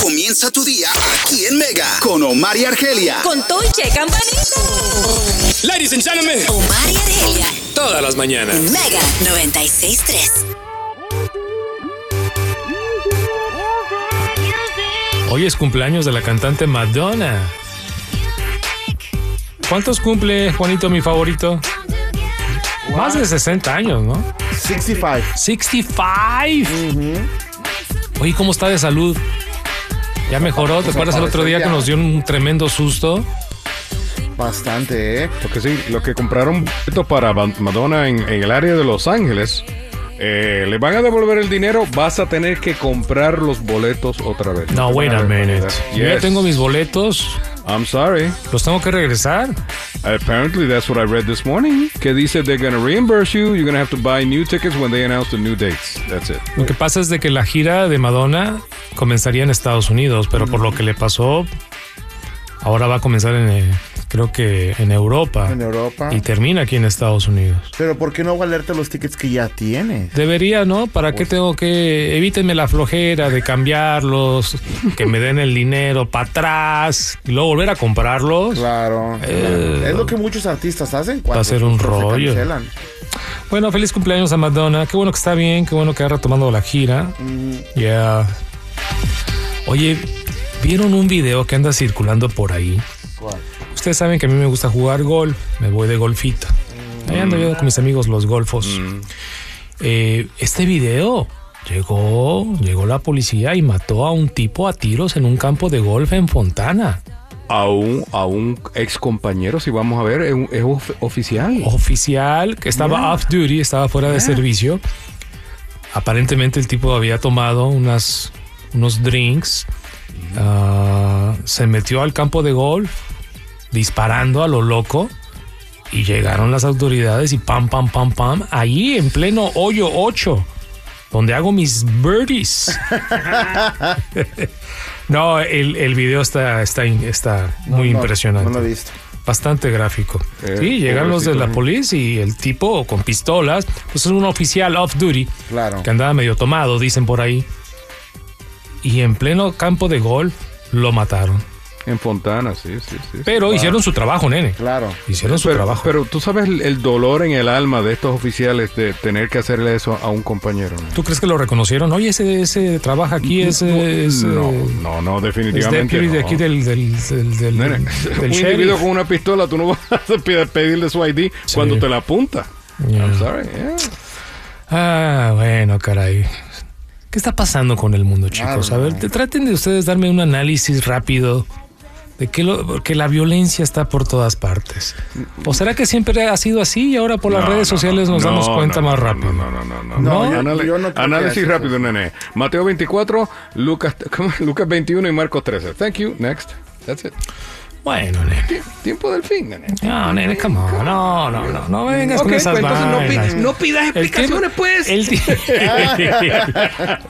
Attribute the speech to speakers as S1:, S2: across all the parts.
S1: Comienza tu día aquí en Mega con Omar y Argelia.
S2: Con todo y che campanita.
S3: Ladies and gentlemen,
S4: Omar y Argelia.
S3: todas las mañanas.
S4: Mega 963.
S5: Hoy es cumpleaños de la cantante Madonna. ¿Cuántos cumple Juanito, mi favorito? Más de 60 años, ¿no?
S6: 65.
S5: 65. Oye, ¿cómo está de salud? Ya mejoró, ¿te acuerdas el otro día que nos dio un tremendo susto?
S6: Bastante, ¿eh?
S7: Lo que sí, los que compraron boletos para Ban- Madonna en, en el área de Los Ángeles, eh, le van a devolver el dinero, vas a tener que comprar los boletos otra vez.
S5: No,
S7: Te
S5: wait
S7: van
S5: a minute.
S7: regresar.
S5: Yo ya
S7: Yes.
S5: tengo mis boletos,
S7: I'm sorry.
S5: los tengo que regresar.
S7: Apparently that's what I read this morning. Que dice they're gonna reimburse you. You're gonna have to buy new tickets when they announce the new dates. That's it.
S5: Lo que pasa es de que la gira de Madonna comenzaría en Estados Unidos, pero por lo que le pasó, ahora va a comenzar en, eh, creo que en Europa.
S6: En Europa.
S5: Y termina aquí en Estados Unidos.
S6: Pero ¿por qué no valerte los tickets que ya tienes?
S5: Debería, ¿no? ¿Para qué tengo que... Evítenme la flojera de cambiarlos, que me den el dinero para atrás y luego volver a comprarlos.
S6: Claro. es lo que muchos artistas hacen cuando
S5: Eh, va a ser un
S6: sus shows se
S5: rollo.
S6: cancelan.
S5: Bueno, feliz cumpleaños a Madonna. Qué bueno que está bien, qué bueno que ha retomado la gira. Yeah. Oye, ¿vieron un video que anda circulando por ahí? Ustedes saben que a mí me gusta jugar golf, me voy de golfita. Ahí ando yo con mis amigos los golfos. Eh, este video llegó, llegó la policía y mató a un tipo a tiros en un campo de golf en Fontana.
S7: A un, a un ex compañero, si vamos a ver, es, un- es of- oficial.
S5: oficial que estaba off duty, estaba fuera de servicio. Aparentemente el tipo había tomado unas, unos drinks, ah, se metió al campo de golf disparando a lo loco y llegaron las autoridades y pam, pam, pam, pam, ahí en pleno hoyo 8, donde hago mis birdies. no, el, el video está, está, está muy
S6: No,
S5: impresionante
S6: No lo he visto.
S5: bastante gráfico.
S7: Eh,
S5: sí, llegan los de la
S7: pobrecito.
S5: policía y el tipo con pistolas, pues es un oficial off duty
S6: Claro.
S5: que andaba medio tomado, dicen por ahí. Y en pleno campo de golf lo mataron.
S7: En Fontana, sí, sí, sí.
S5: Pero hicieron su trabajo, nene.
S6: Claro.
S5: Hicieron su
S7: Ah. pero,
S5: trabajo.
S7: pero tú sabes el, el dolor en el alma de estos oficiales de tener que hacerle eso a un compañero. ¿no?
S5: ¿Tú crees que lo reconocieron? Oye, ese, ese trabaja aquí, ese es,
S7: no,
S5: eh,
S7: no, no,
S5: es
S7: definitivamente.
S5: deputy
S7: no.
S5: de aquí del, del, del, del-
S7: Nene,
S5: del
S7: un
S5: sheriff.
S7: individuo con una pistola, tú no vas a pe- pedirle su ID
S5: Sí.
S7: cuando te la apunta.
S5: Yeah.
S7: I'm sorry. yeah.
S5: Ah, bueno, caray. ¿Qué está pasando con el mundo, chicos? A ver, te- traten de ustedes darme un análisis rápido de que, lo, porque la violencia está por todas partes. ¿O será que siempre ha sido así y ahora por las
S7: No,
S5: redes
S7: no,
S5: sociales
S7: no,
S5: nos
S7: no,
S5: damos
S7: no,
S5: cuenta
S7: no,
S5: más
S7: no,
S5: rápido?
S7: No, no, no, no.
S5: No,
S7: no.
S5: yo-
S7: Anal-
S6: yo no creo que
S7: análisis
S6: haya
S7: rápido, nene. Mateo 24, Lucas, ¿cómo? Lucas 21 y Marcos 13. Thank you. Next. That's it.
S5: Bueno, nene.
S7: Tiempo del fin, nene.
S5: No, nene, come on. No, no, no. No vengas
S7: Ok,
S5: con esas
S7: pues entonces no pi-
S5: vainas.
S7: no pidas
S5: El tema-
S7: explicaciones, pues.
S5: el ti-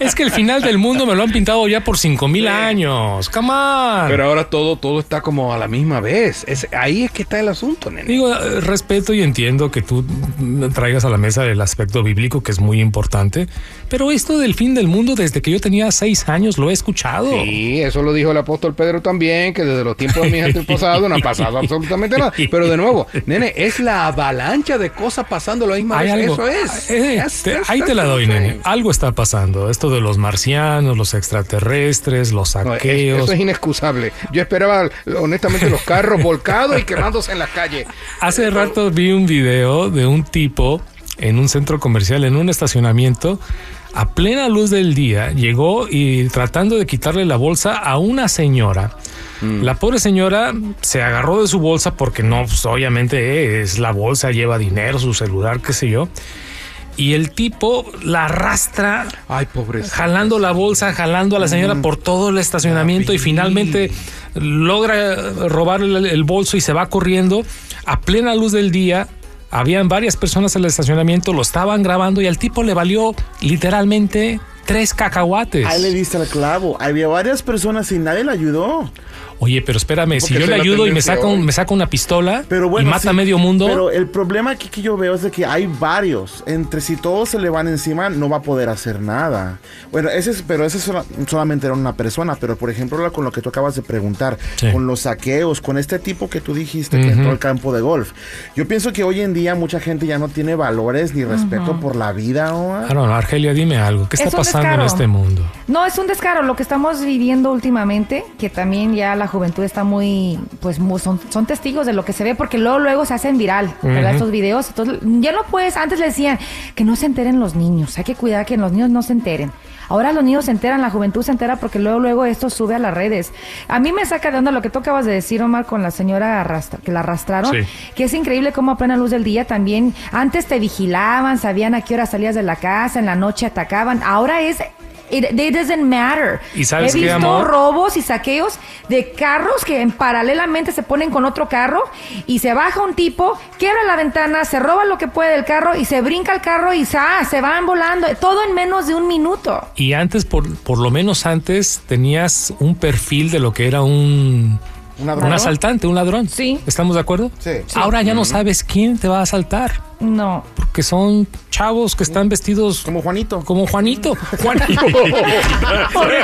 S5: es que el final del mundo me lo han pintado ya por cinco mil años. Come on.
S7: Pero ahora todo, todo está como a la misma vez. Es, ahí es que está el asunto, nene.
S5: Digo, eh, respeto y entiendo que tú mm, traigas a la mesa el aspecto bíblico, que es muy importante, pero esto del fin del mundo, desde que yo tenía seis años, lo he escuchado.
S7: Sí, eso lo dijo el apóstol Pedro también, que desde los tiempos de mis antepasados no ha pasado absolutamente nada. Pero de nuevo, nene, es la avalancha de cosas pasando a la misma
S5: Hay
S7: vez.
S5: algo.
S7: Eso es.
S5: Eh,
S7: That's-
S5: te-
S7: that's-
S5: ahí te la
S7: that's
S5: doy,
S7: what I'm
S5: nene.
S7: saying.
S5: Algo está pasando. Esto de los marcianos, los extraterrestres, los
S7: No, es-
S5: saqueos.
S7: eso es inexcusable. Yo esperaba, honestamente, los carros volcados y quemándose en las calles.
S5: Hace rato vi un video de un tipo en un centro comercial, en un estacionamiento, a plena luz del día, llegó y tratando de quitarle la bolsa a una señora.
S7: Mm.
S5: La pobre señora se agarró de su bolsa porque no, pues, obviamente es la bolsa, lleva dinero, su celular, qué sé yo. Y el tipo la arrastra
S7: Ay, pobreza. Mm.
S5: jalando la bolsa, jalando a la señora por todo el estacionamiento y finalmente logra robar el, el bolso y se va corriendo a plena luz del día. Habían varias personas en el estacionamiento, lo estaban grabando y al tipo le valió literalmente tres cacahuates.
S6: Ahí le diste al clavo. Había varias personas y nadie le ayudó.
S5: Oye, pero espérame, si
S7: Porque
S5: yo
S7: esa
S5: le
S7: es la
S5: ayudo y me
S7: tendencia
S5: saca, un-
S7: hoy.
S5: me saca una pistola
S6: Pero bueno,
S5: y mata
S6: sí,
S5: a medio mundo.
S6: Pero el problema aquí que yo veo es de que hay varios. Entre si todos se le van encima, no va a poder hacer nada. Bueno, ese es, pero ese sola- solamente era una persona. Pero por ejemplo, la- con lo que tú acabas de preguntar,
S5: Sí.
S6: con los saqueos, con este tipo que tú dijiste que entró al campo de golf. Yo pienso que hoy en día mucha gente ya no tiene valores ni respeto por la vida. ¿no?
S5: Claro, Argelia, dime algo. ¿Qué
S8: Es
S5: está
S8: un
S5: pasando en
S8: descaro.
S5: este mundo?
S8: No, es un descaro lo que estamos viviendo últimamente, que también ya la juventud está muy, pues mu- son, son testigos de lo que se ve, porque luego luego se hacen viral, ¿verdad? Estos videos. Entonces, ya no puedes, antes le decían que no se enteren los niños, hay que cuidar que los niños no se enteren. Ahora los niños se enteran, la juventud se entera porque luego luego esto sube a las redes. A mí me saca de onda lo que tú acabas de decir, Omar, con la señora arrastra- que la arrastraron,
S5: Sí.
S8: que es increíble cómo a plena luz del día también, antes te vigilaban, sabían a qué hora salías de la casa, en la noche atacaban, ahora es It, it doesn't matter.
S5: ¿Y sabes
S8: He
S5: qué,
S8: visto
S5: amor?
S8: robos y saqueos de carros que en paralelamente se ponen con otro carro y se baja un tipo, quiebra la ventana, se roba lo que puede del carro y se brinca el carro y ¡za! se van volando. Todo en menos de un minuto.
S5: Y antes, por, por lo menos antes, tenías un perfil de lo que era un,
S6: ¿Un
S5: un
S6: ladrón?
S5: asaltante, un ladrón.
S8: Sí.
S5: ¿Estamos de acuerdo?
S6: Sí. Sí.
S5: Ahora ya no sabes quién te va a asaltar,
S8: No.
S5: porque son chavos que están vestidos
S6: Como Juanito.
S5: como Juanito. Juanito.
S8: Pobre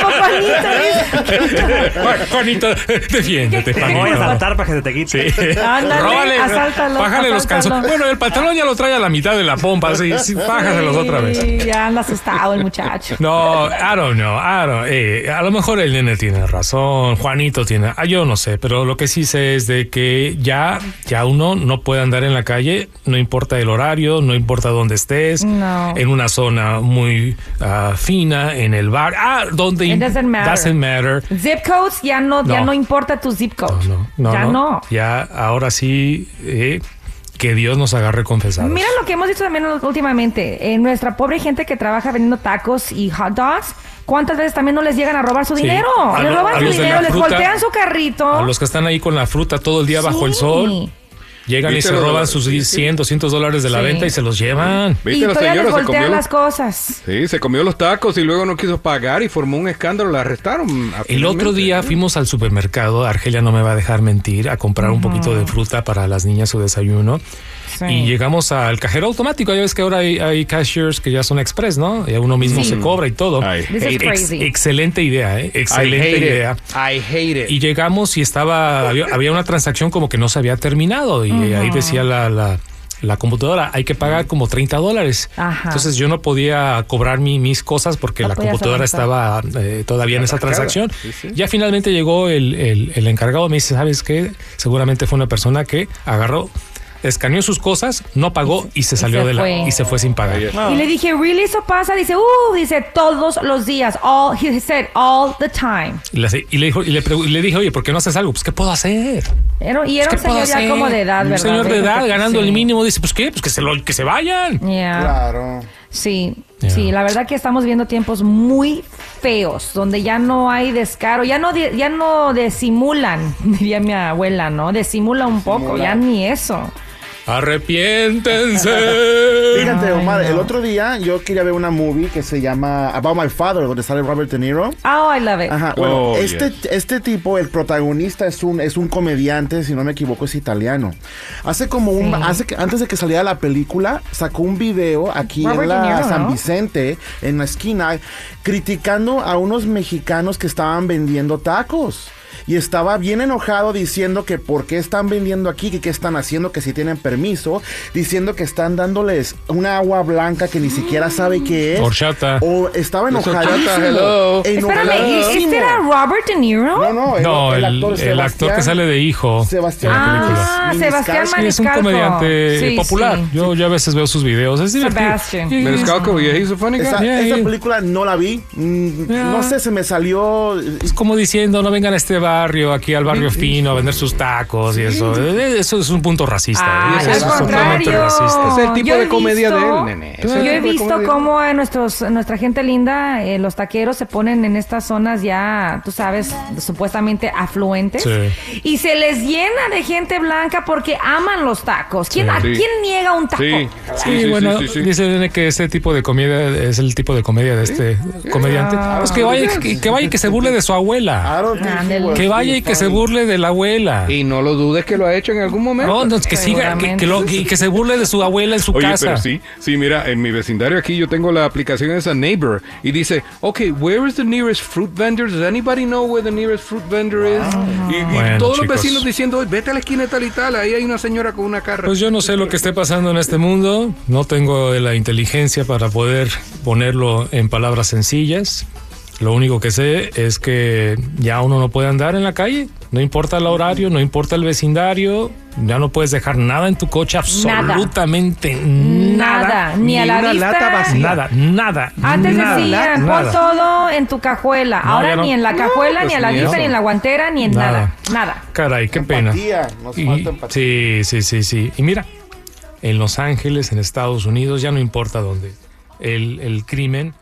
S8: Juanito. Como Juanito, ¿eh?
S5: Juanito, defiéndete,
S8: ¿Qué- qué
S9: Voy a
S5: Juanito.
S9: saltar para que se te quite.
S8: Ándale,
S5: Róbale,
S8: asáltalo,
S5: bájale los
S8: asáltalo.
S5: calzones. Bueno, el pantalón ya lo trae a la mitad de la pompa, así, sí, bájaselos otra vez.
S8: Sí, Ya anda asustado el muchacho.
S5: No, I don't know, I don't- eh, a lo mejor el nene tiene razón, Juanito tiene, ah, yo no sé, pero lo que sí sé es de que ya, ya uno no puede andar en la calle, no importa el horario, no importa dónde estés,
S8: No.
S5: en una zona muy ah, fina, en el bar, ah, donde
S8: It doesn't matter.
S5: doesn't matter.
S8: Zip codes ya no, ya
S5: No.
S8: no importa tu zip code.
S5: No, no,
S8: ya no.
S5: Ya ahora sí, eh, que Dios nos agarre confesados.
S8: Mira lo que hemos dicho también últimamente. eh, nuestra pobre gente que trabaja vendiendo tacos y hot dogs, ¿cuántas veces también no les llegan a robar su
S5: Sí.
S8: dinero?
S5: A
S8: les
S5: lo- a
S8: roban su
S5: los de la
S8: dinero, les
S5: fruta,
S8: voltean su carrito.
S5: A los que están ahí con la fruta todo el día bajo el
S8: Sí.
S5: sol. Llegan y
S7: ¿Viste
S5: se
S7: lo de la-
S5: roban sus 100, 200 dólares de la
S8: Sí.
S5: venta y se los llevan.
S8: Y
S7: ¿Viste? La
S8: todavía les
S7: señora se comió,
S8: voltean las
S7: los,
S8: cosas.
S7: sí, se comió los tacos y luego no quiso pagar y formó un escándalo. La arrestaron.
S5: El otro día
S7: ¿eh?
S5: fuimos al supermercado, Argelia no me va a dejar mentir, a comprar un poquito de fruta para las niñas su desayuno.
S8: Sí.
S5: Y llegamos al cajero automático. Ya ves que ahora hay, hay cashiers que ya son express, ¿no? Ya uno mismo se cobra y todo.
S7: Ay.
S8: This is crazy.
S5: excelente idea, ¿eh? Excelente idea.
S6: I hate
S5: Y llegamos y estaba, había, había una transacción como que no se había terminado y ahí decía la, la- la computadora, hay que pagar como 30 dólares.
S8: Ajá.
S5: Entonces yo no podía cobrar mi- mis cosas porque
S8: No
S5: la
S8: podías
S5: computadora estaba eh, todavía en esa transacción. Ya finalmente llegó el, el- el encargado, me dice, ¿sabes qué? Seguramente fue una persona que agarró, escaneó sus cosas, no pagó y se salió
S8: se
S5: de la...
S8: fue.
S5: Y se fue sin pagar.
S8: Y le dije, ¿really eso pasa? Dice, uh, dice, todos los días. All, he said, all the time.
S5: Y le, y le dijo, y le, pregu- y le dije, oye, ¿por qué no haces algo? Pues, ¿qué puedo hacer?
S8: Era- y era
S5: ¿Qué
S8: un señor
S5: puedo
S8: ya
S5: hacer?
S8: como de edad, ¿verdad?
S5: ¿eh? Un señor de edad, ganando
S8: Sí.
S5: el mínimo, dice, pues qué, pues que se, lo, que se vayan.
S8: Yeah.
S6: Claro.
S8: Sí,
S5: Ya.
S8: sí, la verdad que estamos viendo tiempos muy feos, donde ya no hay descaro, ya no, di- ya no disimulan, diría mi abuela, ¿no? Disimula un poco, ya ni eso.
S5: Arrepiéntense.
S6: Fíjate,
S8: Ay,
S6: Omar,
S8: no.
S6: el otro día yo quería ver una movie que se llama About My Father, donde sale Robert De Niro.
S8: Oh, I love it.
S6: Ajá, bueno,
S7: Oh,
S6: este,
S7: yes.
S6: este tipo, el protagonista es un, es un comediante, si no me equivoco, es italiano. Hace como un,
S8: Sí.
S6: hace que, antes de que saliera la película, sacó un video aquí
S8: Robert
S6: en
S8: De
S6: la
S8: Niro,
S6: San
S8: ¿no?
S6: Vicente, en la esquina, criticando a unos mexicanos que estaban vendiendo tacos. Y estaba bien enojado diciendo que por qué están vendiendo aquí, que qué están haciendo, que si tienen permiso, diciendo que están dándoles una agua blanca que ni siquiera sabe qué es.
S5: Horchata.
S6: O estaba
S7: Es horchata,
S6: enojadísimo.
S7: hello.
S8: Espérame, ¿y
S6: enojadísimo.
S8: ¿este era Robert De Niro?
S6: No, no, el,
S5: No,
S6: el
S5: el,
S6: actor,
S5: el actor que sale de hijo.
S6: Sebastián.
S5: en la película.
S8: Ah,
S6: Miniscalco.
S8: Sebastián
S5: Sí, es un
S8: Maniscalco.
S5: comediante
S8: Sí,
S5: popular.
S8: sí.
S5: Yo ya a veces veo sus videos. Es divertido.
S8: Sebastian.
S5: Y-
S7: Menescalco, y he's a funny guy.
S6: Esa,
S5: Yeah,
S6: esa
S5: yeah.
S6: película no la vi. Mm,
S5: Yeah.
S6: No sé, se me salió.
S5: Es como diciendo, no vengan a este barrio, aquí al barrio fino, a vender sus tacos y eso. Eh, Eso es un punto racista.
S8: Ah,
S5: eh, eso
S8: al
S5: es totalmente
S8: contrario.
S5: racista.
S7: Es el tipo
S8: Yo he
S7: de comedia de
S8: visto-
S7: él, nene. Es el
S8: Yo he
S7: tipo de
S8: visto
S7: comedia.
S8: cómo a nuestros, nuestra gente linda, eh, los taqueros, se ponen en estas zonas ya, tú sabes, supuestamente afluentes.
S5: Sí.
S8: Y se les llena de gente blanca porque aman los tacos. ¿Quién, ¿A
S7: Sí.
S8: quién niega un taco?
S7: Sí, sí,
S5: Sí,
S7: sí,
S5: bueno,
S7: sí, sí, sí.
S5: dice Irene que ese tipo de comedia es el tipo de comedia de este comediante.
S7: Ah,
S5: Pues que vaya, que, que vaya y que se burle de su abuela.
S6: I don't think he
S8: Ándale.
S6: was
S5: Que vaya y que se burle de la abuela.
S7: Y no lo dudes que lo ha hecho en algún momento.
S5: No, no, que siga, que, que lo- que- que se burle de su abuela en su
S7: Oye,
S5: casa.
S7: pero sí, sí, mira, en mi vecindario aquí yo tengo la aplicación esa Neighbor y dice, ok, where is the nearest fruit vendor? Does anybody know where the nearest fruit vendor is? Y, y
S5: Bueno,
S7: todos los
S5: chicos.
S7: vecinos diciendo, "Oye, vete a la esquina de tal y tal, ahí hay una señora con una carra.
S5: Pues yo no sé lo que esté pasando en este mundo, no tengo la inteligencia para poder ponerlo en palabras sencillas. Lo único que sé es que ya uno no puede andar en la calle, no importa el horario, no importa el vecindario, ya no puedes dejar nada en tu coche,
S8: Nada.
S5: absolutamente
S8: Nada,
S5: nada.
S8: ni a la
S7: una
S8: vista.
S7: lata vacía.
S5: Nada, nada.
S8: Antes
S5: nada,
S8: decían, pon
S5: nada.
S8: todo en tu cajuela.
S5: No,
S8: Ahora
S5: ya no.
S8: ni en la cajuela,
S7: pues
S8: ni a la
S7: ni
S8: vista,
S7: eso.
S8: ni en la guantera, ni en nada. Nada.
S5: Caray, qué pena.
S6: Empatía, nos
S5: Y-
S6: falta empatía.
S5: sí, sí, sí, sí. Y mira, en Los Ángeles, en Estados Unidos, ya no importa dónde. El, el crimen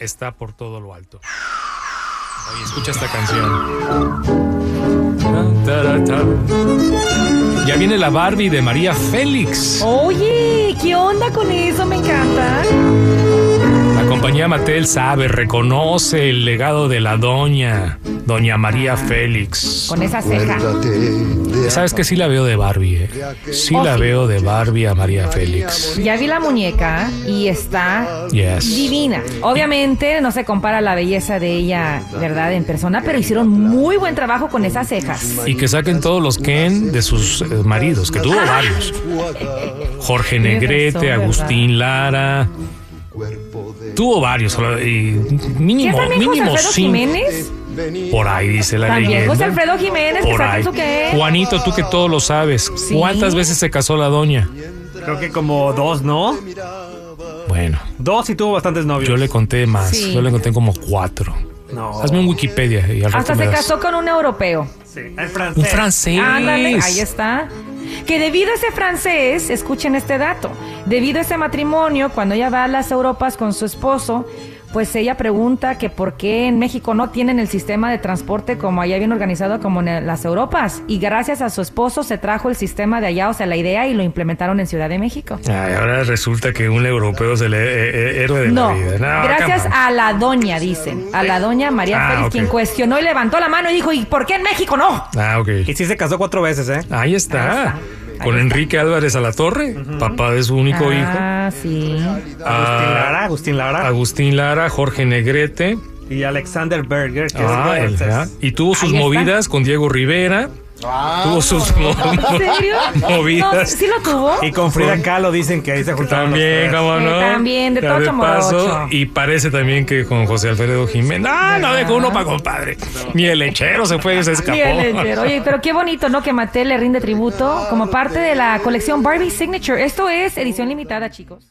S5: está por todo lo alto. Oye, escucha esta canción. Ya viene la Barbie de María Félix.
S8: Oye, ¿qué onda con eso? Me encanta.
S5: La compañía Mattel sabe, reconoce el legado de la doña, doña María Félix.
S8: Con esa ceja.
S5: ¿Sabes que sí la veo de Barbie? eh. Sí
S8: Oh,
S5: la
S8: sí.
S5: veo de Barbie a María Félix.
S8: Ya vi la muñeca y está
S5: Yes.
S8: divina. Obviamente no se compara la belleza de ella, ¿verdad? En persona, pero hicieron muy buen trabajo con esas cejas.
S5: Y que saquen todos los Ken de sus eh, maridos, que tuvo varios. Jorge
S8: Tienes razón,
S5: Negrete,
S8: ¿verdad?
S5: Agustín Lara. Tuvo varios, y
S8: ¿Qué
S5: mínimo,
S8: también José
S5: mínimo
S8: Alfredo
S5: cinco.
S8: Jiménez?
S5: Por ahí dice la
S8: También José
S5: leyenda.
S8: Alfredo Jiménez, que
S5: Por
S8: saca
S5: ahí.
S8: su qué.
S5: Juanito, tú que todo lo sabes.
S8: Sí.
S5: ¿Cuántas veces se casó la doña?
S9: Creo que como dos, ¿no?
S5: Bueno,
S9: Dos y tuvo bastantes novios.
S5: yo le conté más.
S8: Sí.
S5: Yo le conté como cuatro.
S9: No.
S5: Hazme un Wikipedia y al rato
S8: Hasta
S5: me
S8: se
S5: das.
S8: casó con un europeo.
S9: Sí, el francés.
S5: Un francés.
S8: Ándale, ahí está. Que debido a ese francés, escuchen este dato, debido a ese matrimonio, cuando ella va a las Europas con su esposo, pues ella pregunta que por qué en México no tienen el sistema de transporte como allá bien organizado como en las Europas. Y gracias a su esposo se trajo el sistema de allá, o sea, la idea y lo implementaron en Ciudad de México.
S5: Ay, ahora resulta que un europeo es el eh, eh, héroe de
S8: No,
S5: la vida. No,
S8: gracias
S5: come on.
S8: a la doña, dicen, a la doña María
S5: Ah,
S8: Félix,
S5: ok.
S8: quien cuestionó y levantó la mano y dijo, ¿y por qué en México no?
S5: Ah, ok.
S9: Y sí se casó cuatro veces, ¿eh?
S5: Ahí está.
S8: Ahí está.
S5: Con
S8: Ahí está.
S5: Enrique Álvarez a la Torre, papá de su único hijo.
S8: ah, sí.
S9: Agustín
S5: Ah,
S9: Lara, Agustín Lara.
S5: Agustín Lara, Jorge Negrete.
S9: y Alexander Berger, que
S5: Ah,
S9: es
S5: el- ah,
S9: francés.
S5: y tuvo sus
S8: Ahí está.
S5: movidas con Diego Rivera.
S9: Ah.
S5: tuvo sus mo-
S8: ¿En serio?
S5: movidas.
S8: No, ¿Sí lo tuvo?
S9: Y con Frida Kahlo dicen que ahí se juntaron
S5: También,
S9: los tres.
S5: cómo
S8: Sí,
S5: no.
S8: también, de
S5: Ya
S8: todo Chomorocho.
S5: Y parece también que con José Alfredo Jiménez. Ah, no dejó uno para compadre. Ni el lechero se fue, se escapó.
S8: Sí, el lechero. Oye, pero qué bonito, ¿no? Que Mattel le rinde tributo como parte de la colección Barbie Signature. Esto es edición limitada, chicos.